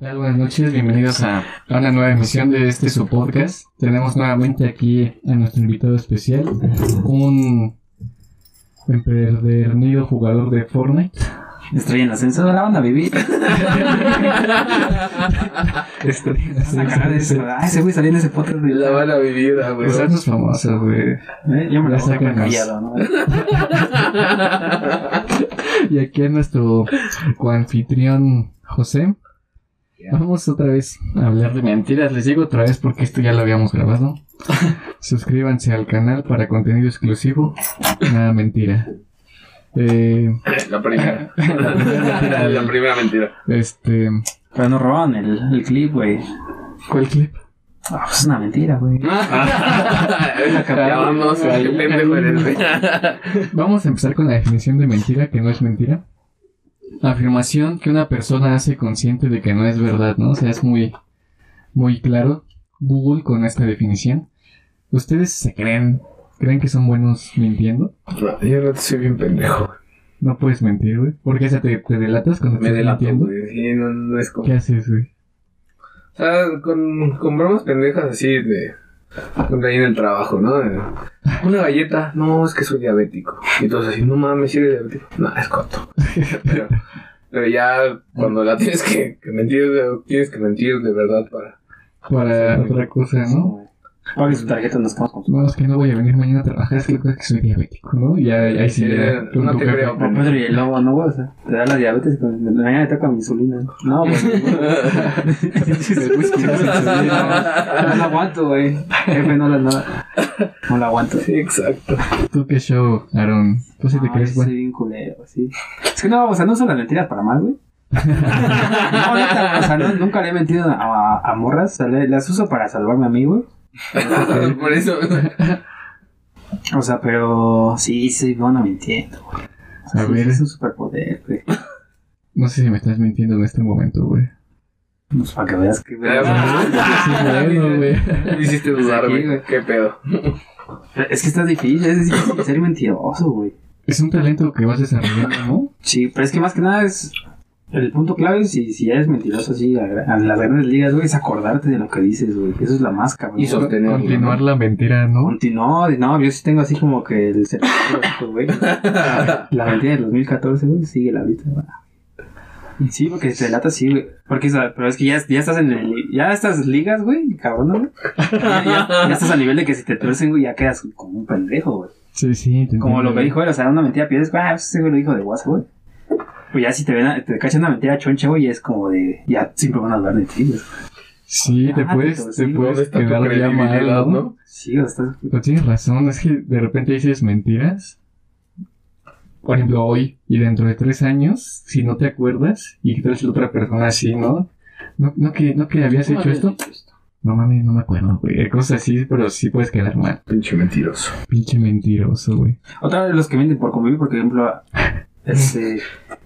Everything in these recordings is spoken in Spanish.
tal? Buenas noches, bienvenidos a, a una nueva emisión de este su podcast. Tenemos nuevamente aquí a nuestro invitado especial, un empedernido jugador de Fortnite. Estoy en ascenso, la van a vivir. Este, Van a cagar de eso. Ah, ese güey salía en ese podcast. De... La van a vivir, ah, güey. pues son los famosos, güey. Eh, Yo Ya me lo saco sácanos. callado, ¿no? Y aquí a nuestro coanfitrión José. Vamos otra vez a hablar de mentiras. Les digo otra vez porque esto ya lo habíamos grabado. Suscríbanse al canal para contenido exclusivo. Nada mentira. Eh, La primera. La primera, la primera mentira. este, Pero nos robaron el, el clip, güey. ¿cuál clip? Ah, pues es una mentira, güey. La cambiamos, cambiamos. güey. Qué pendejo eres, Ah. güey. Vamos a empezar con la definición de mentira, que no es mentira. Afirmación que una persona hace consciente de que no es verdad, ¿no? O sea, es muy, muy claro. Google con esta definición. ¿Ustedes se creen, creen que son buenos mintiendo? No, Yo no soy bien pendejo. No puedes mentir, güey. Porque esa te, te delatas cuando Me estás delato, mintiendo. güey. Sí, no, no es como. ¿Qué haces, güey? O sea, con, con bromas pendejas así de. Cuando ahí en el trabajo, ¿no? De, Una galleta, no, es que soy diabético. Y todos así, no mames, si eres diabético. No, es coto. Pero, pero ya cuando la tienes que, que mentir, de- tienes que mentir de verdad para. Para Sí, güey. otra cosa, ¿no? Pague su tarjeta, nos quedamos con su. No, es que no voy a venir mañana a trabajar, es que creo que soy diabético, ¿no? Y ahí, ahí sí, Sí, ya, Eh, no tu te jefe. creo. Como Pedro y el lobo, ¿no, güey? O sea, te da la diabetes. con- Mañana te toca mi insulina. No, güey. No la aguanto, güey. Jefe, no la nada. No la aguanto. Sí, exacto. ¿Tú qué show, Aaron? ¿Tú sí te Ay, crees, soy güey? bien culero, sí. Es que no, o sea, no uso las mentiras para mal, güey. no, neta, o sea, no- nunca le he mentido a, a morras. o sea, le- las uso para salvarme a mí, güey. Por eso. O sea, pero sí, soy bueno mintiendo, güey. O sea, A sí, ver. Es un superpoder, güey. No sé si me estás mintiendo en este momento, güey. Pues para que veas que. Sí, bueno, güey. Me hiciste dudar, Aquí, güey. güey. ¿Qué pedo? Es que está difícil, es difícil ser mentiroso, güey. Es un talento que vas desarrollando, ¿no? Sí, pero es que más que nada es. El punto clave es si, si eres mentiroso así a, gra- a las grandes ligas, güey, es acordarte de lo que dices, güey. Eso es la más cabrón. Y sobre- Sostenerlo, Continuar la mentira, ¿no? Continuó, no, yo sí tengo así como que el cerebro, pues, güey. La mentira del 2014, güey, sigue la ahorita. güey. Sí, porque te delata, sí, güey. Porque, o sea, pero es que ya, ya estás en el, ya estas ligas, güey, cabrón, ¿no, güey. Ya, ya- ya estás a nivel de que si te tuercen, güey, ya quedas como un pendejo, güey. Sí, sí. te Como entiendo, lo que güey. dijo él, o sea, una mentira piensas, ah, ese güey lo dijo de WhatsApp, güey. Pues ya si te ven, a- te cachan una mentira choncha, güey, es como de, ya siempre van a hablar de ti, güey. Sí, te Ah, puedes, pero te sí, ¿Dónde puedes está tu quedar ya mal, credibilidad, ¿no? no? Sí, o sea, estás... Pero tienes razón, es que de repente dices mentiras. Por ejemplo, hoy y dentro de tres años, si no te acuerdas y que te lo hace otra persona así, ¿no? No, no, que, no que habías hecho esto. No mames, no me acuerdo, güey. Cosas así, pero sí puedes quedar mal. Pinche mentiroso. Pinche mentiroso, güey. Otra de los que mienten por convivir, por ejemplo, este,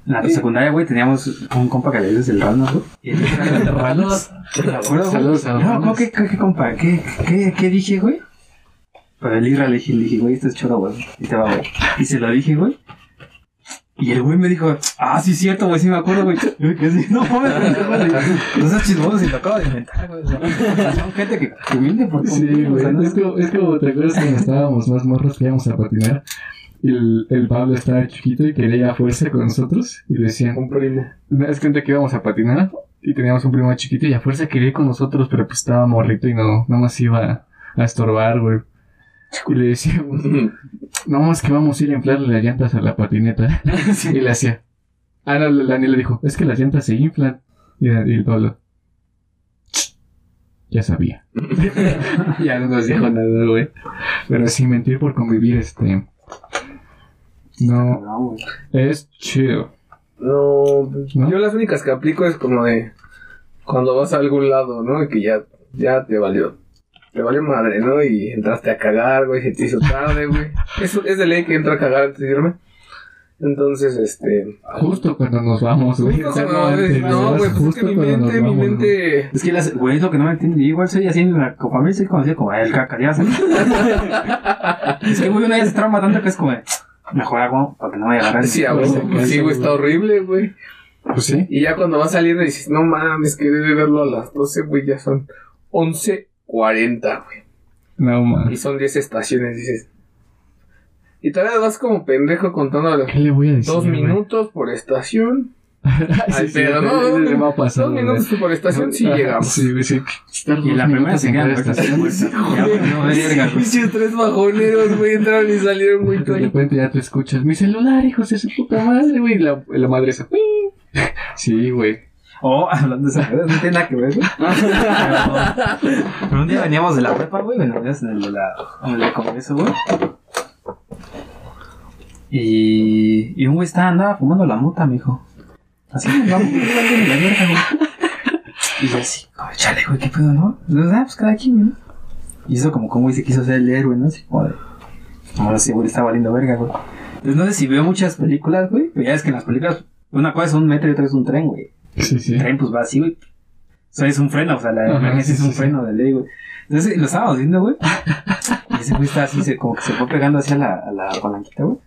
en la secundaria, güey, teníamos un compa que le dices el Ranos, güey. Y él era- Ranos. ¿Te acuerdas, güey? Saludos a No, Ranos. ¿cómo que- qué, qué compa? ¿Qué, qué, qué dije, güey? Pero el Israel le dije, le dije, güey, esto es choro, güey. Y te va, güey. Y se lo dije, güey. Y el güey me dijo, ah, sí, es cierto, güey, sí me acuerdo, güey. Y yo que sí, no mames, pendejo, güey. no seas chismoso, si lo acabo de inventar, güey. O sea, Son gente que, que miente por Sí, convivir, o güey. sea, no Es como, es como, ¿te acuerdas cuando estábamos más morros que íbamos a patinar? Y el, el Pablo estaba chiquito y quería ir a fuerza con nosotros. Y le decían, Un primo. ¿no das cuenta que íbamos a patinar? Y teníamos un primo chiquito y a fuerza quería ir con nosotros, pero pues estaba morrito y no, no nos iba a estorbar, güey. Y le decíamos, no, es que vamos a ir a inflarle las llantas a la patineta. Y le hacía, ah, no, la- Daniel le dijo, es que las llantas se inflan. Y, y el Pablo, ya sabía. ya no nos dijo nada, güey. Pero sí, mentir por convivir, este. No, Cabrón, güey. es chido. No, pues, ¿No? yo las únicas que aplico es como de cuando vas a algún lado, ¿no? Y que ya, ya te valió. Te valió madre, ¿no? Y entraste a cagar, güey, se te hizo tarde, güey. Es, es de ley que entro a cagar antes de irme. Entonces, este... Justo cuando nos vamos, güey. justo O sea, cuando- antes, no, güey, pues es que mi cuando nos mente, mi vamos, güey. mente... Es que, las, güey, es lo que no me entiende. Yo igual soy así en la copa. A mí soy conocido como el caca, ya sabes. es que, güey, una vez se trauma tanto que es como, mejor hago para que no me agarren. Sí, a güey, huevo, se sí, cansa, güey, güey. está horrible, güey. Pues sí. Y ya cuando va saliendo dices, no mames, que debe verlo a las 12, güey, ya son 11.40, güey. No, Y mames. son 10 estaciones, dices. Y todavía vas como pendejo contando ¿Qué le voy a decir? dos güey? minutos por estación. Ay, sí, pero sí, no, le va a pasar, Dos güey. minutos por estación sí Ajá, llegamos. Sí, güey, sí. Estar Y dos la primera minutos se en queda cada puesta. estación. Ya, güey, no, es verga, güey. Pinches tres bajoneros, güey, entraron y salieron muy De tranquilos. repente ya te escuchas, mi celular, hijos de su puta madre, güey. Y la, la madre esa. "Ping". Sí, güey. Oh, hablando de esas cosas, no tiene nada que ver, güey. Pero, pero un día veníamos de la prepa, güey, veníamos en el de la, en el de congreso, güey. Y, y un güey estaba, andaba fumando la mota, mijo. Así, vamos, vamos, la verga, güey. Y yo así, como, chale, güey, qué pedo, ¿no? Pues, ah, pues cada quien, güey. ¿no? Y eso como, como güey se quiso ser el héroe, ¿no? Así como de, ahora sí, güey, le está valiendo verga, güey. Entonces, no sé si veo muchas películas, güey, pero ya es que en las películas, una cosa es un metro y otra es un tren, güey Sí, sí. el tren pues va así, güey. O sea, es un freno, o sea, la Ajá, emergencia sí, es un sí, freno de ley, güey. Entonces, lo estábamos viendo, güey. Y ese güey estaba así, se, como que se fue pegando hacia la, a la palanquita, güey.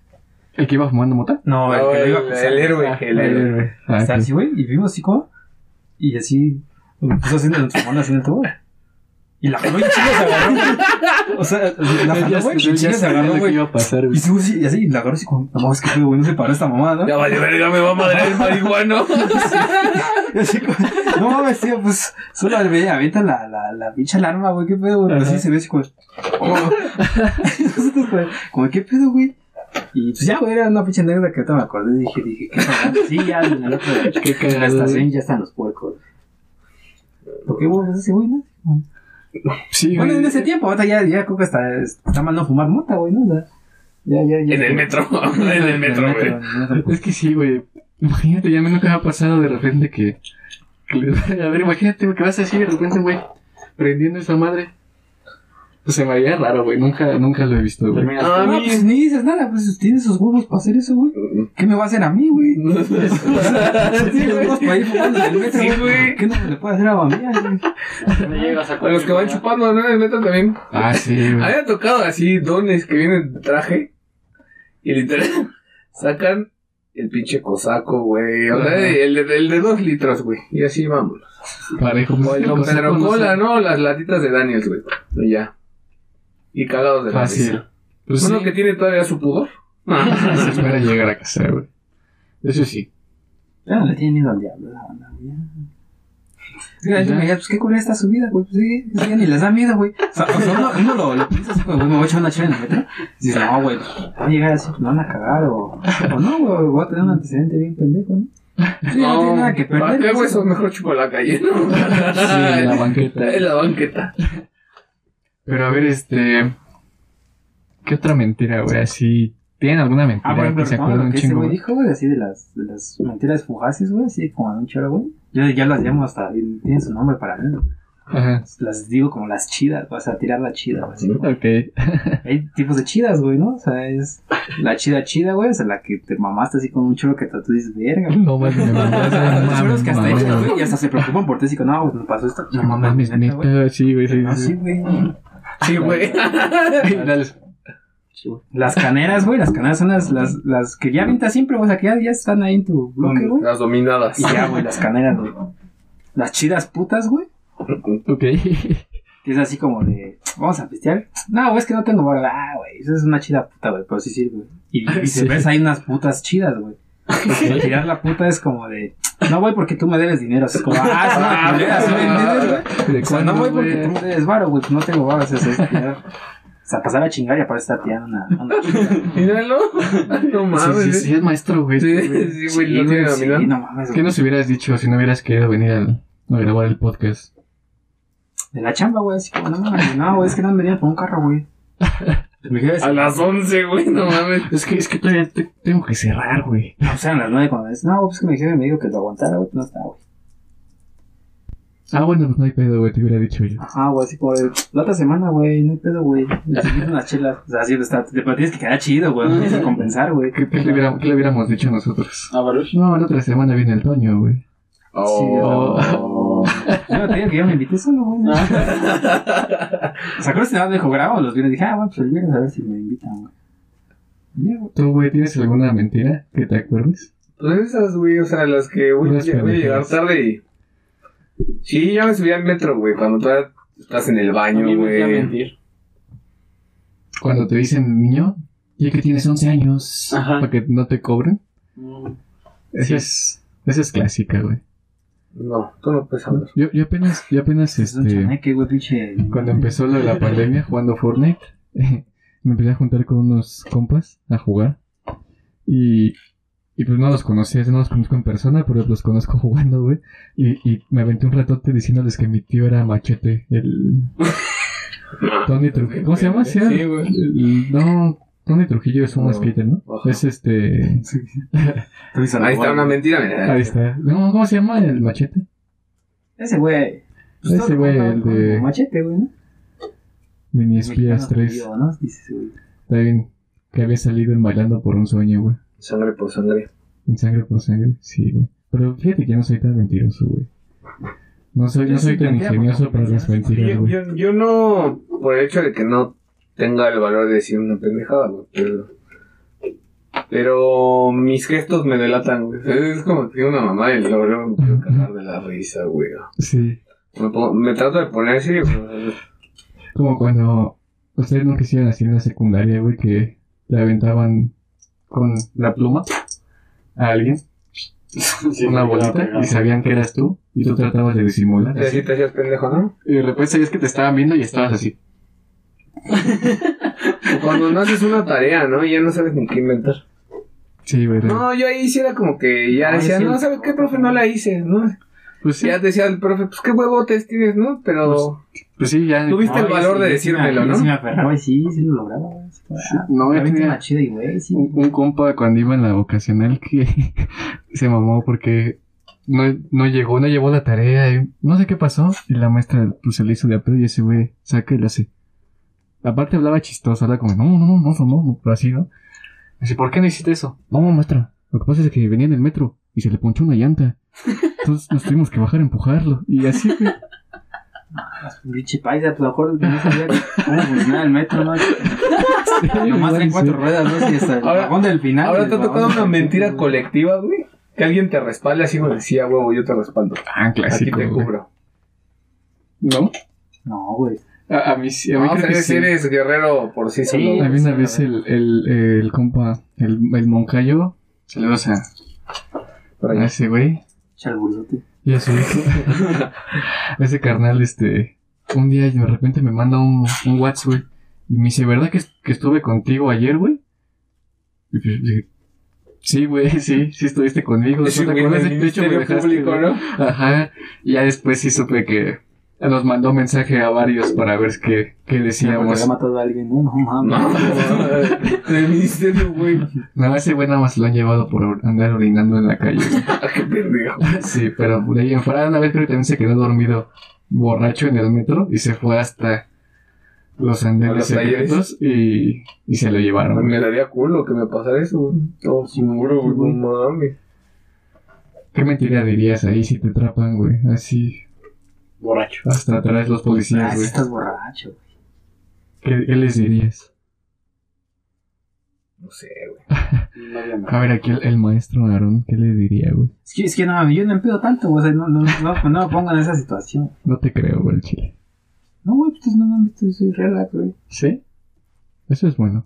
¿El que iba fumando mota? No, No, que lo el, el héroe, Ah, el héroe. Ah, Estaba ok. así, güey, y vimos así como... Y así, puso haciendo su mano haciendo todo, güey. Y la jaló y en chinga se agarró, güey. O sea, la Ya- jaló, güey, y ya en chinga se sabía agarró, lo que güey. iba a pasar, Y güey. se y así, y la agarró así como, no mames, qué pedo, güey, no se paró esta mamada, ¿no? Ya vale, verga, me va a madrear el marihuano. Y así como, no mames, tío, pues solo me avienta la, la, la pinche alarma, güey, qué pedo, güey. Pero Ajá. sí se ve así como. oh. Y nosotros, como, como, qué pedo, güey. Y pues ya, güey, era una pinche anécdota que ahorita me acordé. Dije, dije, qué cagado. Sí, ya en el otro- Qué en la cagado, estación ya están los puercos. ¿Por qué, güey? pues, Ese güey, ¿no? Sí, Bueno, en güey. ese tiempo, ahorita ya, ya creo que está, está mal no fumar mota, güey, ¿no? O sea, Ya, ya, ya. En el metro, en el metro, güey. güey. Es que sí, güey. Imagínate, ya a mí nunca me ha pasado de repente que. que le- A ver, imagínate, güey, que vas así de repente, güey, prendiendo esa madre. Pues se me haría raro, güey. Nunca, nunca lo he visto, güey. Terminas Ah, tú. No, pues ni dices nada, pues tiene esos huevos para hacer eso, güey. ¿Qué me va a hacer a mí, güey? pues, Sí, güey, para ir fumando en el metro, Sí, güey. güey. ¿Qué no me le puede hacer a mamía, güey? Te llegas a A los que van chupando, ¿no? En el metro también. Ah, sí, güey. Había tocado así dones que vienen de traje y literal sacan el pinche cosaco, güey. O sea, Ajá. el, de- el de dos litros, güey. Y así vamos. Parejo. pues, O el Don Pedro Cola, ¿no? Las latitas de Daniels, güey. Y ya. Y cagados de la Fácil. risa. Pues Uno sí. que tiene todavía su pudor. Se espera llegar a casa, güey. Eso sí. Ya no le tiene miedo al diablo la banda, güey. Mira, yo Ya. me dije, pues qué culera está su vida, güey. Pues sí, sí, ya ni les da miedo, güey. O sea, o sea, uno, uno lo, lo piensa así, güey, me voy a echar una chela en el metro. Y dices, no, güey, pues, va a llegar así, me van a cagar o, o no, güey, voy a tener un antecedente bien pendejo, ¿no? Sí, no, tiene nada que ¿Para perder. qué, güey? güey. Eso mejor chupo en la calle, ¿no? Sí, en la banqueta. En la banqueta. Pero a ver, este. ¿Qué otra mentira, güey? Así. ¿Tienen alguna mentira Ah, por ejemplo, que se retomando acuerdan lo un que ese chingo? güey güey? dijo, güey, así de las, de las mentiras fugaces, güey, así como de un choro, güey. Yo ya las llamo hasta, tienen su nombre para mí, ¿no? Ajá. las digo como las chidas, o sea, tirar la chida, güey. así. Ok. Hay tipos de chidas, güey, ¿no? O sea, es la chida chida, güey, o sea, la que te mamaste así con un choro que te- tú dices, verga, güey. No mames, me mandas a Los choros que hasta mames, echan, güey. güey, y hasta se preocupan por ti, así que, no, güey, me pasó esto. No mames, neta, güey. neta, sí, güey. sí, No, sí, sí, güey. Sí, güey. sí. Dale. Las caneras, güey, las caneras son las, las, las que ya avientas siempre, güey, o sea, que ya, ya están ahí en tu bloque, güey. Las dominadas. Y ya, güey, las caneras, güey. Las chidas putas, güey. Ok. Que es así como de, vamos a pistear. No, güey, es que no tengo barba. Ah, güey, esa es una chida puta, güey, pero sí sirve. güey. Y Sí. viceversa, hay unas putas chidas, güey. Y tirar la puta es como de, no, güey, porque tú me debes dinero. Es como, ah, es una culera, ¿sí me entiendes, güey? ¿De O sea, no, cuándo, güey, porque güey? tú me debes varo, güey, pues no tengo varo. O sea, es tirar. O sea, pasar a chingar y aparte estar tirando una, una chida. Míralo. No mames. ¿eh? Sí, sí, sí, es maestro, güey. Sí, sí, güey, ¿eh? Sí, lo tiene sí, dominado. no mames, ¿Qué güey. nos hubieras dicho si no hubieras querido venir al- a grabar el podcast? De la chamba, güey, así como, no mames, no, güey, es que no me venía por un carro, güey. Pues Me quedé así, A las 11, güey, no mames. Es que, es que todavía te- tengo que cerrar, güey. o sea, a las nueve cuando me dice, no, pues que mi jefe me dijo que lo aguantara, güey, pues no está, güey. Ah, bueno, no hay pedo, güey, te hubiera dicho yo. Ajá, güey, así como de, la otra semana, güey, no hay pedo, güey. Les invito unas chelas. O sea, así está, te pero tienes que quedar chido, güey, tienes que compensar, güey. ¿Qué, qué le hubiera- qué le hubiéramos dicho nosotros? ¿A Baruch? No, la otra semana viene el Toño, güey. Oh. Yo te digo que yo me invité solo, güey. ¿no? Ah. O sea, creo que si nada me dijo, grabamos los viernes. Dije, ah, bueno, pues el viernes a ver si me invitan, güey. Y Ya, güey. ¿Tú, güey, tienes alguna mentira que te acuerdes? Pues esas, güey, o sea, las que voy, Unas voy a llegar pendejadas. tarde y. Sí, ya me subí al metro, güey, cuando todavía estás en el A baño, mí me hacía güey. mentir. Cuando te dicen niño, ya que tienes 11 años, Ajá. para que no te cobren. No. Esa, Sí. es, esa es clásica, güey. No, tú no puedes hablar. Yo, yo apenas, yo apenas, Es un este, chaneque, güey, pinche. cuando empezó lo de la pandemia jugando Fortnite, me empecé a juntar con unos compas a jugar. Y, y pues no los conocía, yo no los conozco en persona, pero los conozco jugando, güey. Y, y me aventé un ratote diciéndoles que mi tío era machete, el... Tony Trujillo. ¿Cómo se llama? ¿Sí? Sí, güey. El- No, Tony Trujillo es un No. skater, ¿no? Ajá. Es este... Ahí está una mentira, mira. Ahí está. No, ¿Cómo se llama el machete? Ese güey. pues, Ese todo güey, contado el como de- Machete, güey, ¿no? Mini Espías Mexicano 3. judío, ¿no? Dice ese güey. Está bien. Que había salido en Bailando por un sueño, güey. Sangre por sangre. En sangre por sangre, sí, güey. Pero fíjate que yo no soy tan mentiroso, güey. No soy, Yo no sí soy te tan entiendo, ingenioso porque para las pensabas- mentiras, Yo, güey. yo, yo no, por el hecho de que no tenga el valor de decir una pendejada, güey, pero, pero mis gestos me delatan, güey. Es como que una mamá y luego me puedo cagar de la risa, güey. Sí. Me, pongo- me trato de poner serio, ¿Ah, pero Como cuando ustedes no quisieran hacer en la secundaria, güey, que le aventaban con la pluma a alguien, una bolita, y sabían que eras tú, y tú tratabas de disimular. te- así. así te hacías pendejo, ¿no? Y de repente sabías que te estaban viendo y estabas así. O Cuando no haces una tarea, ¿no? Y ya no sabes ni qué inventar. Sí, güey. No, yo ahí sí era como que ya Ah, decía, sí. no, ¿sabes qué, profe? No la hice, ¿no? Pues sí, Ya decía el profe, pues qué huevotes tienes, ¿no? Pero pues sí, ya. tuviste el No, valor sí, de yo sí me- decírmelo, yo Sí, me ¿no? aferraba y sí, sí lo lograba, güey. Sí, ah, No, la yo vida tenía- más chida y, güey, sí. un, un compa cuando iba en la vocacional que se mamó porque no, no llegó, no llevó la tarea, y no sé qué pasó. Y la maestra pues, se le hizo de apedo y ese güey saca y le hace. Aparte hablaba chistoso, hablaba como, no, no, no, no, no, no", pero así, ¿no? Dice, ¿por qué no hiciste eso? No, maestra, lo que pasa es que venía en el metro y se le ponchó una llanta. Entonces nos tuvimos que bajar a empujarlo. Y así, güey. Pinche paisa, pues a lo mejor no sabía cómo funcionaba el metro, ¿no? Nomás Igual en y cuatro sí. ruedas, ¿no? Y hasta el Ahora- vagón del final. Ahora el te ha tocado vagón una del- mentira güey. colectiva, güey. Que alguien te respalde así como decía, huevo, yo te respaldo. Ah, Aquí clásico, te güey. cubro. ¿No? No, güey. A, a mí sí, a mí Ah, o creo sea, que eres, sí. eres guerrero por sí Sí. solo. A mí una Sí, vez la el, el, el compa, el, el moncayo, saludos a, Por a ahí. ese güey Chalburzote. y a su hijo. A ese carnal, este, un día de repente me manda un, un WhatsApp, güey, y me dice, ¿verdad que, est- que estuve contigo ayer, güey? Y pues, dije, Sí, güey, sí, sí estuviste conmigo. Ese ¿no te güey acuerdas? del De este hecho, me Ministerio dejaste, Público, güey". ¿no? Ajá. Y ya después sí supe que nos mandó mensaje a varios para ver qué, qué Porque había decíamos. matado a alguien, ¿no? No mames. No, del ministerio, güey. No, ese güey nada más lo han llevado por andar orinando en la calle, güey. Ah, qué pendejo. Sí, pero de ahí en fuera una vez creo que también se quedó dormido borracho en el metro y se fue hasta los andenes A los secretos y, y se lo llevaron. Me daría culo que me pasara eso, güey. Todo seguro, güey. No mames. ¿Qué mentira dirías ahí si te atrapan, güey? Así, Borracho. hasta atrás los Ah, policías, sí güey. estás borracho, güey. ¿Qué, qué les dirías? No sé, güey. No había nada. A ver, aquí el, el maestro Aarón, ¿qué le diría, güey? Es que, es que no mames, yo no empedo tanto, güey. O sea, no, no, no, no me pongo en esa situación. No te creo, güey, al chile. No, güey, pues no mames, estoy, soy relax, güey. ¿Sí? Eso es bueno.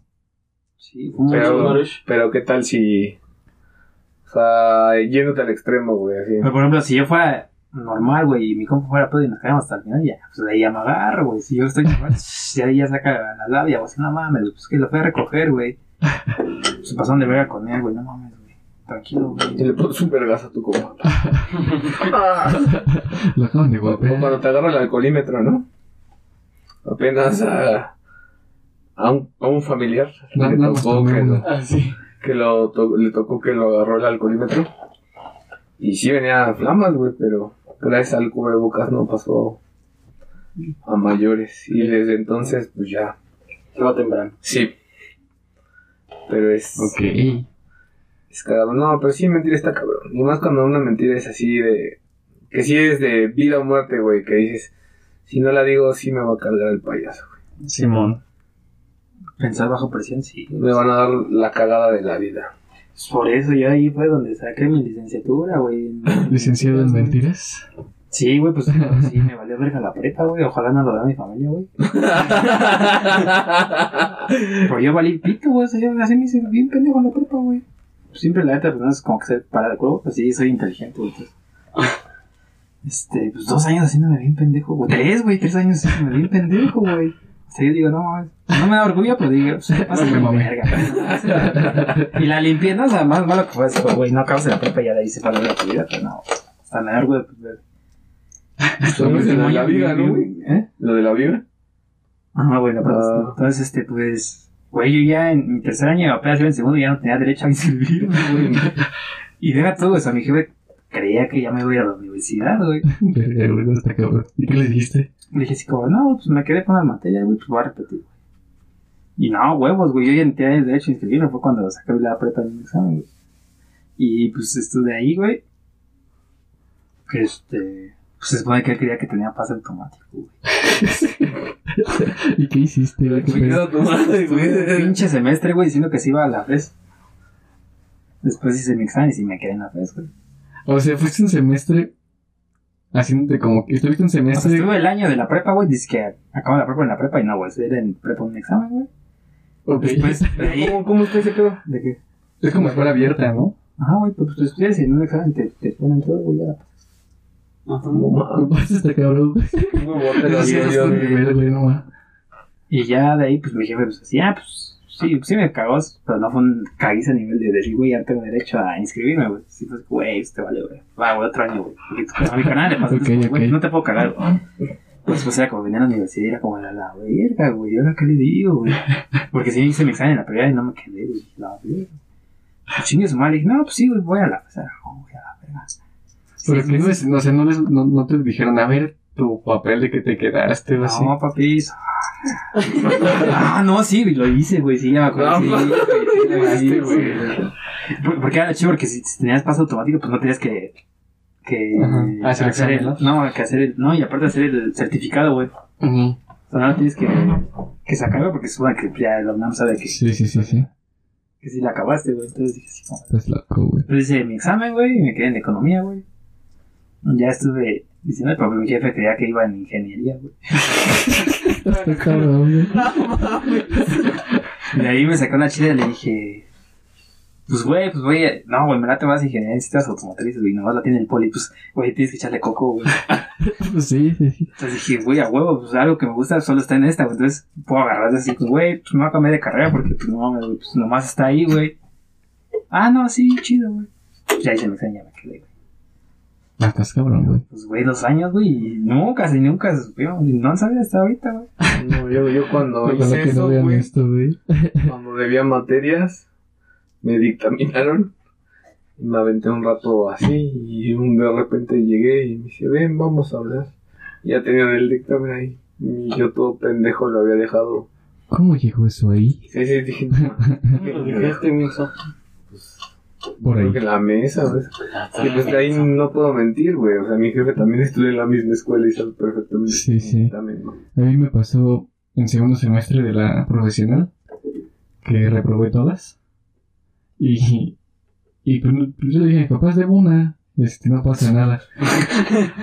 Sí, fumo Pero- mucho, güey. Pero qué tal si. O sea, yéndote al extremo, güey, así. Pero por ejemplo, si yo fuera normal, güey, y mi compa fuera pedo y nos caemos hasta el final, ya, pues de ahí ya me agarro, güey. Si yo estoy normal, ya de ahí ya saca la labia, güey, así, no mames, pues que lo fue a recoger, güey. Se pasaron de verga con él, güey, no mames, güey. Tranquilo, Y güey. le pones un vergazo a tu compa. Lo acaban de O cuando golpear. te agarra el alcoholímetro, ¿no? Apenas a. A un, a un familiar No, le nada más tocó tomé que, uno. Ah, sí. que lo to- le tocó que lo agarró el alcoholímetro. Y sí venía a flamas, güey, pero gracias al cubrebocas no pasó a mayores. Y desde entonces, pues ya. Se va temprano. Sí. Pero es. Ok. Es cagado. No, pero sí, mentir está cabrón. Y más cuando una mentira es así de. Que sí es de vida o muerte, güey. Que dices, si no la digo, sí me va a cargar el payaso. Simón. Pensar bajo presión, sí. Me van a dar la cagada de la vida. Pues, Por eso yo ahí fue donde saqué mi licenciatura, güey. Licenciado en mentiras. Sí, güey, pues sí, me valió verga la prepa, güey. Ojalá no lo vea mi familia, güey. Pero yo valí pito, güey. O sea, yo así me hice bien pendejo en la prepa, güey. Siempre la neta, pues no es como que se para de cuerpo, pues sí, soy inteligente, güey. entonces. Este, pues dos años haciéndome bien pendejo, güey. Tres, güey, tres años haciéndome bien pendejo, güey. O sea, yo digo, no mames. No me da orgullo, pero digo, pues ¿qué pasa No me con mames. verga. güey? y la limpié, no, o sea, más malo que fue eso, güey. No acabas de la prepa y ya de ahí se paró la tu vida, pero no. Hasta me da orgullo, pues, ver. Lo de pues, la viga, ¿no, güey? ¿Eh? Lo de la viga. Ah, bueno, pues, Ah. entonces, este, pues, güey, yo ya en mi tercer año, apenas iba en segundo, ya no tenía derecho a inscribirme, güey. Y deja todo, o sea, mi jefe creía que ya me voy a la universidad, güey. Verga, güey, no está cabrón. ¿Y qué le dijiste? Le dije así como, no, pues me quedé con las materias, güey, pues voy a repetir, güey. Y no, huevos, güey, yo ya no tenía derecho a inscribirme, fue cuando saqué la prepa en el examen, güey. Y, pues, esto de ahí, güey, que, este, pues se supone que él creía que tenía pase automático, güey. ¿Y qué hiciste? güey? ¿Qué pedo? Cuidado tu madre, Estuve un güey. pinche semestre, güey, diciendo que se iba a la FES. Después hice mi examen y sí me quedé en la FES, güey. O sea, fuiste un semestre haciéndote como que estuviste un O sea, semestre. estuve el año de la prepa, güey. Dice que acabo la prepa en la prepa y no, güey. Era en prepa un examen, güey. ok. Después, de ahí. ¿Cómo, ¿Cómo está ese pedo? ¿De qué? Es como escuela abierta, ¿no? Ajá, güey, pues tú estudias y en un examen te, te ponen todo, güey. ya. No mames, está cabrón. güey. Un huevote, la Sí, viga, es yo, otro güey. nivel, güey, no mames. Y ya de ahí, pues mi jefe, pues así, ah, pues sí, sí me cagó, pero no fue un caguiz a nivel de decir, güey, ya tengo derecho a inscribirme, güey. Sí, pues, güey, este vale, güey. Va, güey, otro año, güey. Porque tú, pues, a mi canal le pasa, Ok, entonces, güey, ok. no te puedo cagar, güey. Pues, pues era como venía a la universidad y era como la, la verga, güey. ¿Y ahora qué le digo, güey? Porque sí hice mi examen en la primera y no me quedé, güey. La verga. Pues, Chingue su madre. Y dije, no, pues sí, güey, voy a la. O sea, no, voy a la verga. Pero Sí, que sí, no, es- no sé, no, les, no, no te dijeron, a ver tu papel de que te quedaste o así. No, papi. Ah, no, sí, lo hice, güey. Sí, ya me acuerdo. No, sí, mames. güey, sí, Este, lo hice, güey. güey. Por- Porque era chido, porque si si tenías paso automático, pues no tenías que. que Ajá. Ah, hacer examen, el, ¿no? que hacer el. No, y aparte hacer el certificado, güey. O Ujú. sea, no lo tienes que, que sacar, güey, porque supone que ya el UNAM sabe que, Sí, sí, sí, sí. que sí la acabaste, güey. Entonces dije así, como, Estás loco, güey. pero hice mi examen, güey, y me quedé en economía, güey. Ya estuve diciendo, pero mi jefe creía que iba en ingeniería, güey. Está cabrón, güey. Y de ahí me sacó una chida y le dije, pues güey, pues güey, no, güey, me la te vas a ingeniería en sistemas automotrices, güey, nomás la tiene el poli, pues güey, tienes que echarle coco, güey. Pues sí, sí, sí. Entonces dije, güey, a huevo, pues algo que me gusta solo está en esta, güey, entonces puedo agarrar y decir, pues güey, pues me voy a cambiar de carrera porque pues no mames, güey, pues nomás está ahí, güey. Ah, no, sí, chido, güey. Pues ya hice mi examen, ya me quedé, güey. Ah, estás cabrón, güey. Pues güey, dos años, güey, y nunca, y nunca, supimos, y no sabía hasta ahorita, güey. No, yo, yo cuando Ojalá hice que eso, no vean güey, esto, güey. cuando debía materias, me dictaminaron. y Me aventé un rato así y un de repente llegué y me dice, ven, vamos a hablar. Y ya tenían el dictamen ahí. Y yo todo pendejo lo había dejado. ¿Cómo llegó eso ahí? Sí, sí, dije, no, qué pendejo. Por ahí. Pues, Creo que en la mesa, ¿ves? Y pues de ahí no puedo mentir, güey. O sea, mi jefe también estudió en la misma escuela y sabe perfectamente. Sí, sí. También, ¿no? A mí me pasó en segundo semestre de la profesional, que reprobé todas. Y, y pues, no- pues yo dije, papás, debo una. Este, no pasa nada.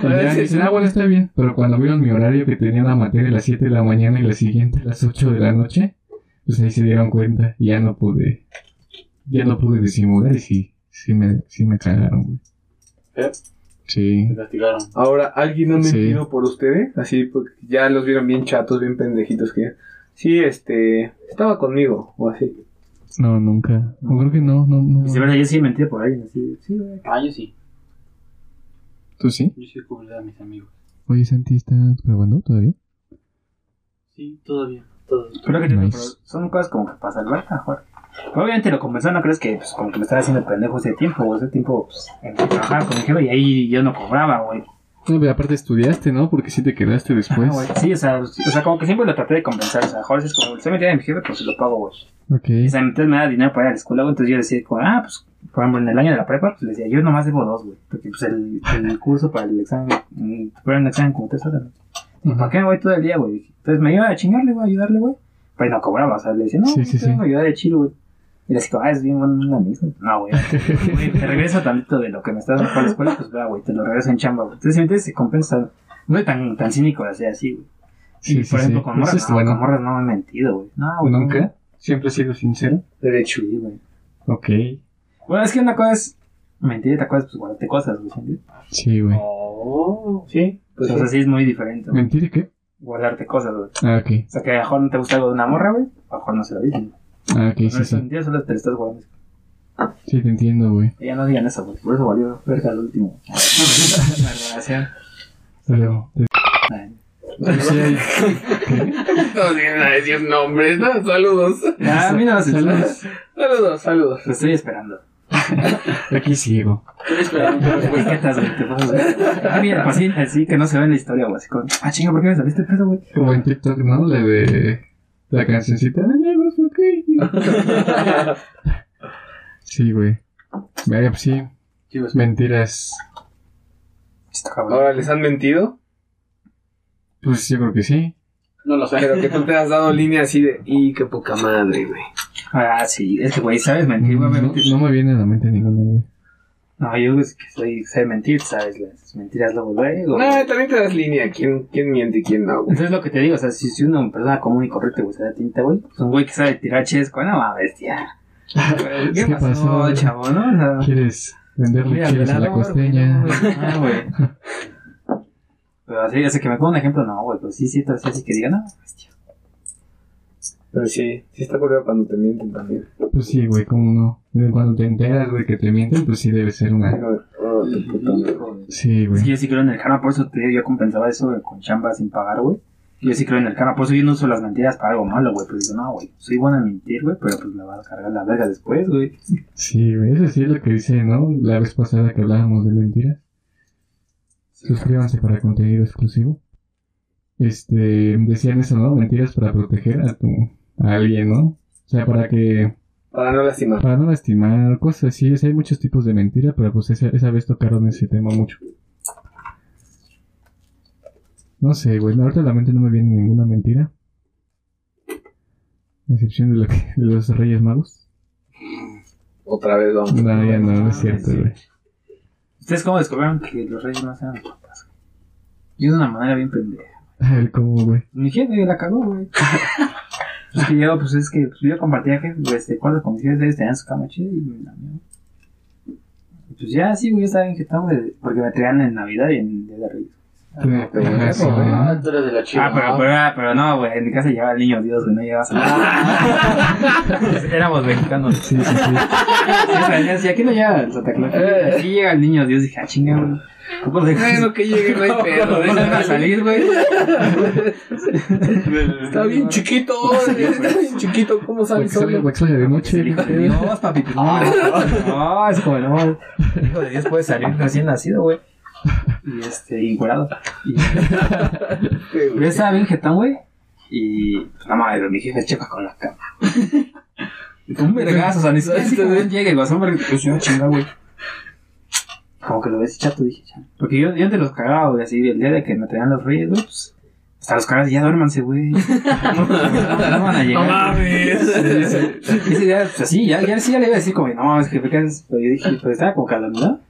Y ya dicen, ah, bueno, está bien. Pero cuando vieron mi horario que tenía la materia a las 7 de la mañana y la siguiente a las 8 de la noche, pues ahí se dieron cuenta y ya no pude, ya no pude disimular y sí, sí me, sí me cagaron, güey. ¿Eh? Sí. Me castigaron. Ahora, ¿alguien ha Sí. mentido por ustedes? Así, porque ya los vieron bien chatos, bien pendejitos que... Sí, este... Estaba conmigo, o así. No, nunca. No, creo que no, no, no. Pues de verdad, yo sí mentí por alguien, así, sí, güey. Ah, yo sí. ¿Tú sí? Yo sí cubrí a mis amigos. Oye, Santi, ¿estás grabando todavía? Sí, todavía. Todavía. Creo que te- Nice. pero son cosas como que pasan, ¿verdad? Mejor. Obviamente lo conversó, no crees que pues, como que me estaba haciendo pendejo ese tiempo, o ese tiempo pues, en que trabajaba con mi jefe y ahí yo no cobraba, güey. No, pero aparte estudiaste, ¿no? Porque sí te quedaste después. Ah, güey. Sí, o sea, o sea, como que siempre lo traté de compensar, o sea, Jorge es como, usted me tiene a mi jefe, pues se lo pago, güey. ok. O sea, entonces me da dinero para ir a la escuela, güey, entonces yo decía, como, ah, pues, por ejemplo, en el año de la prepa, pues le decía, yo nomás debo dos, güey, porque pues el, el curso para el examen, mm, para un examen como tres horas, ¿no? ¿Y ¿Para qué me voy todo el día, güey? Entonces me iba a chingarle, güey, a ayudarle, güey. Pero no Pues, cobraba, o sea, le decía, no, Sí, sí, te vengo a ayudar de chilo, güey. Y así como, ah, es bien bueno amigo. No, güey. güey, Te regreso tantito de lo que me estás dando por la escuela, pues va, güey, te lo regreso en chamba, güey. Entonces, ¿me Se compensa. No es tan, tan cínico de hacer así, güey. Sí, y sí, por ejemplo, sí. con Eso morras, está no, bueno. con morras no me he mentido, güey. No, güey. ¿Nunca? Siempre he sido sincero. Derecho. Sí, güey. Ok. Bueno, es que una cosa es mentir y otra cosa es pues, guardarte cosas, güey. ¿sí? Sí, güey. Oh. Sí. Pues, o sea, sí es muy diferente, güey. ¿Mentir y qué? Guardarte cosas, güey. Ah, ok. O sea, que a lo mejor no te gusta algo de una morra, güey. A lo mejor no se lo dicen. Ah, ok, No sí, es sí. mentira, solo te lo estás guardando. Sí, te entiendo, güey. Ya no digan eso, güey. Por eso valió verga el último. La relación. Pero... Ay. Sí, hay- ¿Qué? No vienen a decir nombres, ¿no? Saludos. Ah, a mí no me Saludos. Saludos, saludos. Lo estoy esperando. Aquí sigo. Estoy esperando tu respuesta. Etiquetas, güey, te pasas de- Ah, mira, pues sí, así que no se ve en la historia, güey. Así como, ah, chinga, ¿por qué me saliste el pedo, güey? Como en TikTok, ¿no? La de... La cancioncita. "Ay, I was okay". Sí, güey. Vaya, pues sí. Chivas. Mentiras. Está cabrón. Ahora les han mentido, Pues yo creo que sí. No lo sé. pero que tú te has dado línea así de, y qué poca madre, güey. Ah, sí, es que, güey, sabes mentir, No, güey. no obviamente. me viene a la mente ninguna, güey. No, yo es que soy, sé mentir, sabes las mentiras luego, luego. No, también te das línea. ¿Quién, quién miente y quién no, güey? Entonces lo que te digo, o sea, si soy una persona común y corriente, güey, se da tinta, güey, pues un güey que sabe tirar chesco, no mames, tía. Güey, ¿Qué, ¿Qué pasó, pasó? chavo, no? O sea, ¿Quieres venderle mira, chiles a la velador, costeña? güey, no, güey. Ah, güey. Pero así, así que me pongo un ejemplo, no, güey, pues sí, sí, así, así que diga, no, mames, tía. Pero sí, sí está culero cuando te mienten también. Pues sí, güey, como no. Desde Cuando te enteras, güey, que te mienten, pues sí debe ser una. Pero, oh, tu puta madre. Sí, Es que güey. yo sí creo en el karma, por eso te digo, yo compensaba eso güey, con chamba sin pagar, güey. Yo sí creo en el karma, por eso yo no uso las mentiras para algo malo, güey. Pues digo, no, güey, soy bueno en mentir, güey, pero pues me va a cargar la verga después, güey. Sí, güey, eso sí es lo que dice, ¿no? La vez pasada que hablábamos de mentiras. Suscríbanse para contenido exclusivo. Este, decían eso, ¿no? Mentiras para proteger a tu, a alguien, ¿no? O sea, para que, Para no lastimar. para no lastimar, cosas así. Sí, hay muchos tipos de mentira, pero pues esa, esa vez tocaron ese tema mucho. No sé, güey, ahorita a la mente no me viene ninguna mentira. A excepción de, lo que- de los Reyes Magos. Otra vez vamos. No, ya no, no es cierto, güey. ¿Ustedes cómo descubrieron que los reyes no sean papas? güey? Yo de una manera bien pendeja. A ver cómo, güey. Mi jefe la cagó, güey. es que yo, pues es que yo compartía jefe, pues, este cuarto con mis jefes, ellos tenían su cama chida y me la mía. Pues ya, sí, güey, estaba inquietado, güey, porque me traían en Navidad y en Día de Reyes. Ah, sí, Ah, ¿no? tú eres de la chiva. Ah, pero, pero, ah, pero no, güey, en mi casa llevaba el niño Dios, güey, no llevabas a Éramos mexicanos. Sí, sí, sí. Y aquí no llega el Santa Claus. Aquí llega el niño Dios, dije, ah, chinga, güey. ¿Cómo dejas? Bueno, que llegue, no hay pedo. ¿eh? ¿Cómo dejan déjame salir. salir, güey? Está bien chiquito, está bien chiquito. ¿Cómo sale Porque sale solo? Huexoya de Es pues, noche. el hijo de Dios, papi. pues, No, no, es como no. El hijo de Dios puede salir recién nacido, güey. Y este, incurado. Y, pero estaba bien jetón, güey. Y. No mames, mi jefe checa con la cama. Un vergazo, o sea, ni siquiera así como él llega, Este güey. Son vergazos. Yo, chinga, güey. Como que lo ves chato, dije, ya. Porque yo, yo te los cagaba, güey, así. El día de que me traían los reyes, güey, pues. Hasta los caras, ya duérmanse, güey. No, no van a llegar. No mames. Y Ese día, pues así, ya, ya, sí, ya le iba a decir como, no mames, jefe, ¿qué haces? Pero yo dije, pues estaba como calamidad.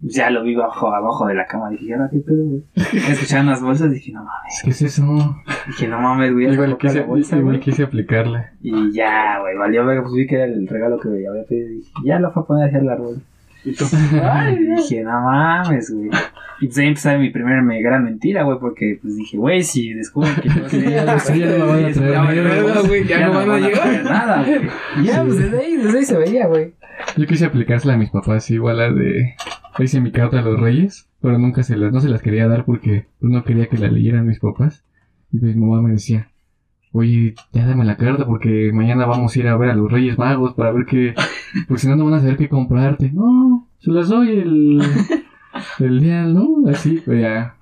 Pues ya lo vi bajo, abajo de la cama, dije, ya no, qué pedo, güey. Escuchaban las bolsas, dije, no mames, ¿Qué es eso? dije, no mames, güey, ya Igual se quise, la bolsa, igual güey. quise aplicarle. Y ya, güey, valió verga, pues vi que era el regalo que me había pedido, dije, ya lo fue a poner hacia el árbol. ¿Y tú? Y dije, no mames, güey. Y pues ahí empezaba mi primera me- gran mentira, güey, porque pues dije, güey, si descubren que yo soy Sí, ya no me van a traer Ya nada. valió, güey, ya no van a traer llegar. nada, güey. Y ya, Sí. pues desde ahí, desde ahí se veía, güey. Yo quise aplicársela a mis papás, igual a la de... Hice mi carta a los reyes, pero nunca se las, no se las quería dar porque pues, no quería que la leyeran mis papás. Y pues mi mamá me decía, oye, ya dame la carta porque mañana vamos a ir a ver a los reyes magos para ver qué... Porque si no, no van a saber qué comprarte. No, se las doy el... El día, ¿no? Así, pues ya.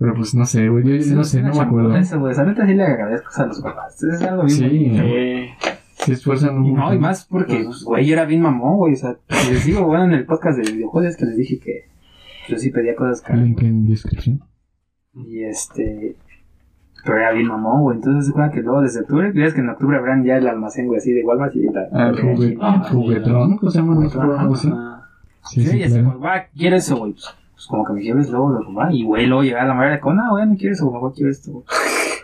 Pero pues no sé, güey, yo no sé, no me acuerdo. Eso, güey. La neta sí le agradezco a los papás. Es algo bien. Sí. bonito. Eh, Se esfuerzan un Y no, y montón. más porque, pues, güey, yo era bien mamón, güey. O sea, y les digo, bueno, en el podcast de videojuegos que les dije que yo sí pedía cosas caras. Link en descripción. Y este. Pero era bien mamón, güey. Entonces, se acuerdan que luego desde octubre, creías que en octubre habrán ya el almacén, güey, así de Walmart y tal. Ah, el juguet- juguetrón, ¿cómo se llama? ¿No? Algo así. Sí, Sí, sí, sí, y así, claro. como, va, quiero eso, güey. Pues, pues como que me lleves luego lo robaba. Y, güey, luego llegaba la madre con, ah, güey, no quiero eso, papá, quiero esto, güey.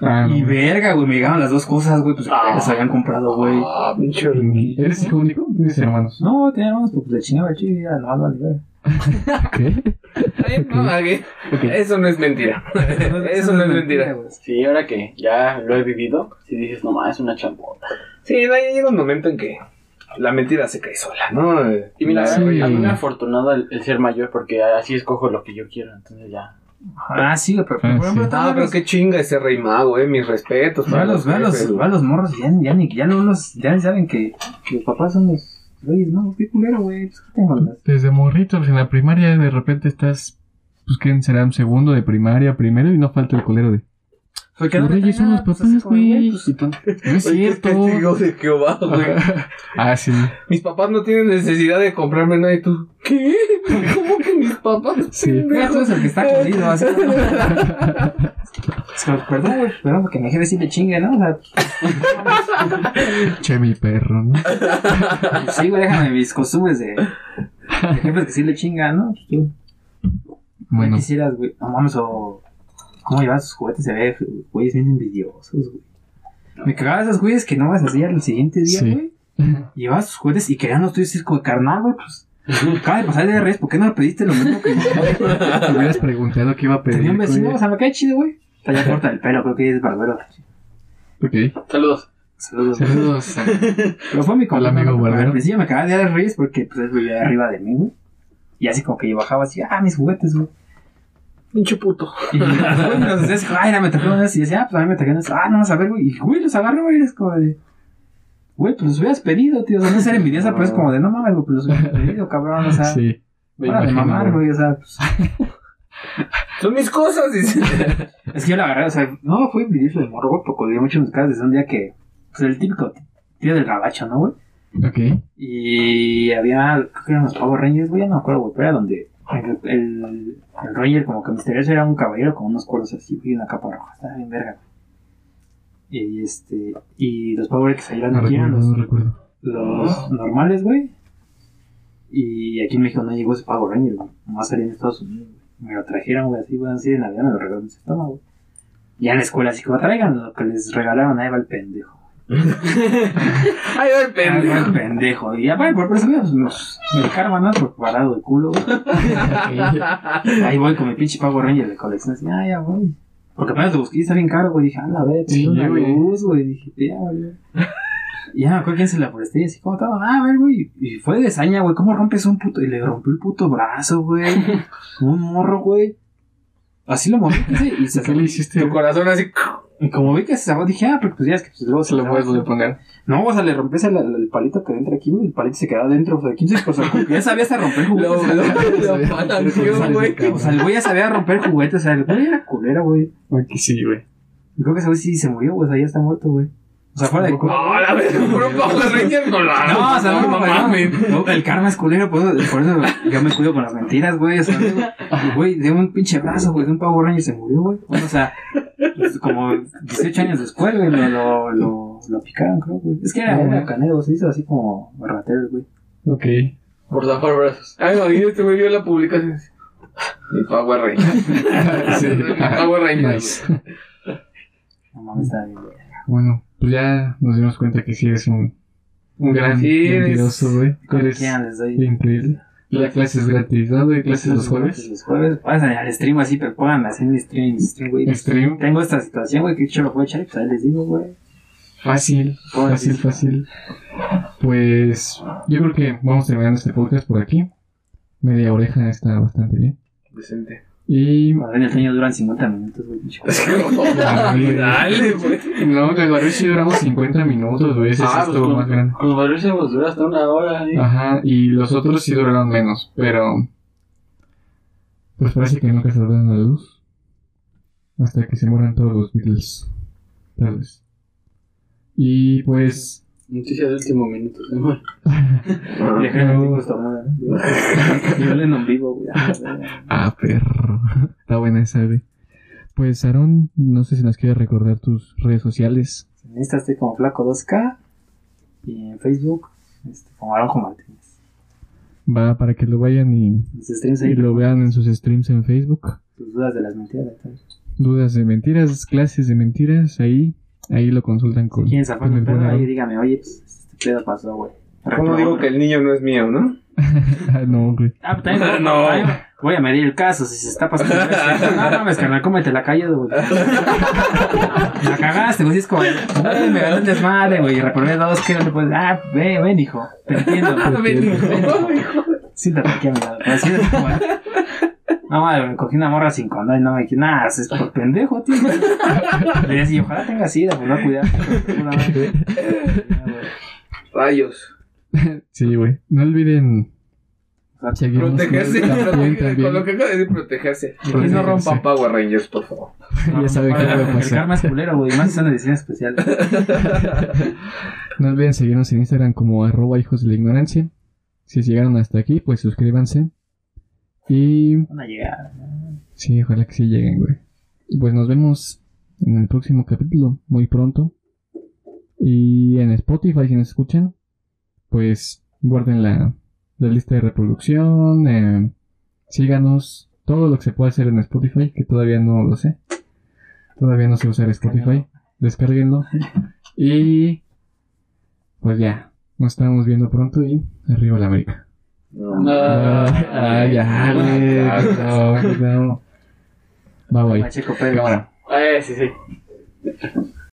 Ah, Y no. verga, güey, me llegaban las dos cosas, güey, pues que las habían comprado, güey. Ah, pinche ¿Eres hijo único? Tienes hermanos. No, teníamos, pues le chingaba el chido, ya, nomás vale, güey. ¿Qué? Ay, no, Agui, Eso no es mentira. Eso no es mentira. güey. Sí, ahora que ya lo he vivido, si dices, no más, es una champota. Sí, no, ya llega un momento en que la mentira se cae sola, ¿no? Y mira, Sí. a mí me ha afortunado el, el ser mayor porque así escojo lo que yo quiero, entonces ya. Ah, sí, güey, pero Ah, pero, por ejemplo, sí. Ah, todos pero los- qué chinga ese rey mago, eh. Mis respetos. ve pues, a los, ve a los, jefes, ve a los morros, ya, ya, ni, ya no los, ya saben que los papás son los reyes, ¿no? Qué culero, güey, pues, ¿qué tengo las? Desde morritos en la primaria de repente estás, pues ¿qué será? Un segundo de primaria, primero y no falta el colero de... Porque Los me reyes son traen los nada, pues, papás, así como, güey. pues, Y tonto. No es Oye, cierto. es testigo de Jehová, güey. Ah, sí. Mis papás no tienen necesidad de comprarme nada y tú. ¿Qué? ¿Cómo que mis papás? Sí. Mira, tú pendejos? eres el que está corrido, así. Es como, pues, Perdón, güey, perdón, porque me dejé decir de chingue, ¿no? O sea, Che, mi perro, ¿no? pues, sí, güey, déjame mis costumbres de, de jefes que sí le chingan, ¿no? Tú, güey, Bueno, quisieras, güey, no mames, o cómo llevan sus juguetes, se ve, güeyes bien envidiosos, güey. Me cagaba esos güeyes que no vas a hacer al siguiente día, Sí. güey. Llevaba sus juguetes y querían los tuyos circo de carnal, güey, pues. Acaba de pasar el día de Reyes, ¿por qué no le pediste lo mismo que yo? te hubieras preguntado qué iba a pedir. Tenía un vecino, güey. o sea, me cae chido, güey. Está ya corta el pelo, creo que es barbero. Ok. Saludos. Saludos, güey. Saludos. Pero fue mi Hola, amigo compañero. pero Barbero. Al principio me cagaba de dar reyes porque pues él vivía arriba de mí, güey. Y así como que yo bajaba así, ah, mis juguetes, güey. Pinche puto. Y pues, güey, me los decía así, ay, no, me trajeron eso. Y decía, ah, pues a mí me trajeron eso. Ah, no, vas a ver, güey. Y güey, los agarro, güey. y Es como de, güey, pues los hubieras pedido, tío. O sea, no es ser envidiosa, pero es como de, no mames, güey, pues los hubieras pedido, cabrón. O sea, Sí. Me para de imagino, mamar, güey. güey. O sea, pues, Son mis cosas, dice. es que yo la agarré, o sea, no fue envidioso de morro, güey, porque odié mucho mis caras desde un día que, pues el típico tío del gabacho, ¿no, güey? Ok. Y había, creo que eran los Power Rangers, güey, ya no me acuerdo, güey, pero era donde el, el, el Ranger como que misterioso era un caballero con unos cuernos así y una capa roja, estaba bien verga. güey. Y este, y los Power que salieron No aquí recuerdo, eran los, no recuerdo. los normales, güey. Y aquí en México no llegó ese Power Ranger, güey, nomás salía en Estados Unidos, güey. Me lo trajeron, güey, así, güey, así de Navidad me lo regalaron, se toma, güey. Ya en la escuela, así como traigan lo que les regalaron, ahí va el pendejo. Ay, va el Pendejo. pendejo. pendejo. Y aparte, por eso nos, nos, me karma, ¿no? Por parado de culo, güey. Ahí voy con mi pinche Power Ranger de colección. Así, ah, ya voy. Porque apenas lo busqué y está bien caro, güey. Dije, a la vez, Sí, tenía una güey. luz, güey. Dije, ya, güey. Y ya me acuerdo quién se la presté y así, ¿cómo estaba? Ah, a ver, güey. Y fue de saña, güey. ¿Cómo rompes un puto? Y le rompió el puto brazo, güey. Un morro, güey. Así lo moví. ¿sí? Y se ¿Qué le hiciste? Tu güey? corazón así. Y como vi que se cerró, dije, ah, pero pues ya es que pues, luego se Se lo puedes cerraba. volver a poner. No, o sea, le rompes el, el palito que entra aquí, güey. El palito se queda dentro, o sea, 15 pues, el- ya sabía hasta romper Lo, juguetes. lo, lo sabía. palanqueó, güey. o sea, el güey ya sabía romper juguetes, o sea, el güey era culera, güey. Ay, que sí, güey. Y Creo que ese güey sí se murió, güey, o sea, ya está muerto, güey. O sea, fuera de cu- No, la vez compró un Power Ranger con la. No, o sea, no, no, güey, mames. no, el karma es culero, por eso, por eso yo me cuido con las mentiras, güey. O sea, güey, de un pinche brazo, güey, de un Power Ranger se murió, güey. Bueno, o sea, pues, como 18 años después, güey, lo, lo, lo, lo picaron, creo, güey. Es que era, era canero, se hizo así como rateros, güey. Ok. Por zafar brazos. Ay, no, y este güey vio la publicación. "Ah, Mi Power Ranger. Sí. Mi Power Ranger. Nice. No mames, está bien, güey. Bueno, pues ya nos dimos cuenta que sí eres un, un gran Sí, eres- mentiroso, güey. Cuando Eres quieran les doy. increíble. La clase es gratis, ¿no? Doy clases los jueves. Los jueves. Pasan al stream así, pero pónganme así en stream, stream, güey. Stream. Tengo esta situación, güey, que yo lo puedo echar y pues ahí les digo, güey. Fácil, fácil, fácil. Pues yo creo que vamos terminando este podcast por aquí. Media oreja está bastante bien. Decente. Y Cuando ven el sueño duran 50 minutos, güey. pinche. Dale, güey. no, Calvario sí duramos 50 minutos, güey. Ese sí Ah, pues estuvo más Ah. con, grande. con varios se nos dura hasta una hora. ¿eh? Ajá, y los otros sí duraron menos, pero. Pues parece que nunca saldrán a la luz. Hasta que se mueran todos los Beatles. Tal vez. Y pues. Noticias de último minuto. ¿eh? Bueno, Este, Y dejan el tipo estornuda, ¿no? Y huelen en vivo, güey. Ah, güey. Ah, perro. Está buena esa, güey. Pues Aarón, no sé si nos quieres recordar tus redes sociales. En Insta estoy como Flaco 2K y en Facebook este, como Aranjo Martínez. Va para que lo vayan y, Los streams ahí, y lo vean en sus streams en Facebook. tus dudas de las mentiras. y tal. Dudas de mentiras, clases de mentiras, ahí, ahí lo consultan Si con, quieren zafar con mi el buen pedo, ahí Aarón. dígame, oye, pues, este pedo pasó, güey. ¿Cómo digo que el niño no es mío, no? Ah, no, güey. Ah, pero también No. también Voy a medir el caso, si se está pasando. no, no mames, carnal, cómete la calle, güey. La cagaste, güey, sí es como, "Ay, me ganó el desmadre, güey, y reprobé dos, que no te puedes. Ah, ven, ven, hijo, te entiendo. Ven, hijo. Siéntate aquí a mi lado. Así es como, No, madre, me cogí una morra sin condón y no me dije, nada, es por pendejo, tío. Le decía, ojalá tenga sida, pues no cuidar. Rayos. Sí, güey. No olviden seguirnos en Protegerse. también, protegerse. también. Con lo que acaba de decir, protegerse. Y Protegerse. no rompan Power Rangers, por favor. Ya sabe qué va a El pasar. karma es culero, güey, más son ediciones especiales. No olviden seguirnos en Instagram como arroba hijos de la ignorancia. Si llegaron hasta aquí, pues suscríbanse. Y Van a llegar. sí, ojalá que sí lleguen, güey. Y Pues nos vemos en el próximo capítulo, muy pronto. Y en Spotify, si nos escuchan, pues guarden la, la lista de reproducción. eh, síganos. Todo lo que se puede hacer en Spotify, que todavía no lo sé. Todavía no sé usar Spotify. Descárguenlo. Y pues ya, nos estamos viendo pronto y arriba la América. Ờ, Ah, ya, Ờ, güey. No, no. Bye bye. Pacheco Pérez. Cámara. Eh, sí, sí.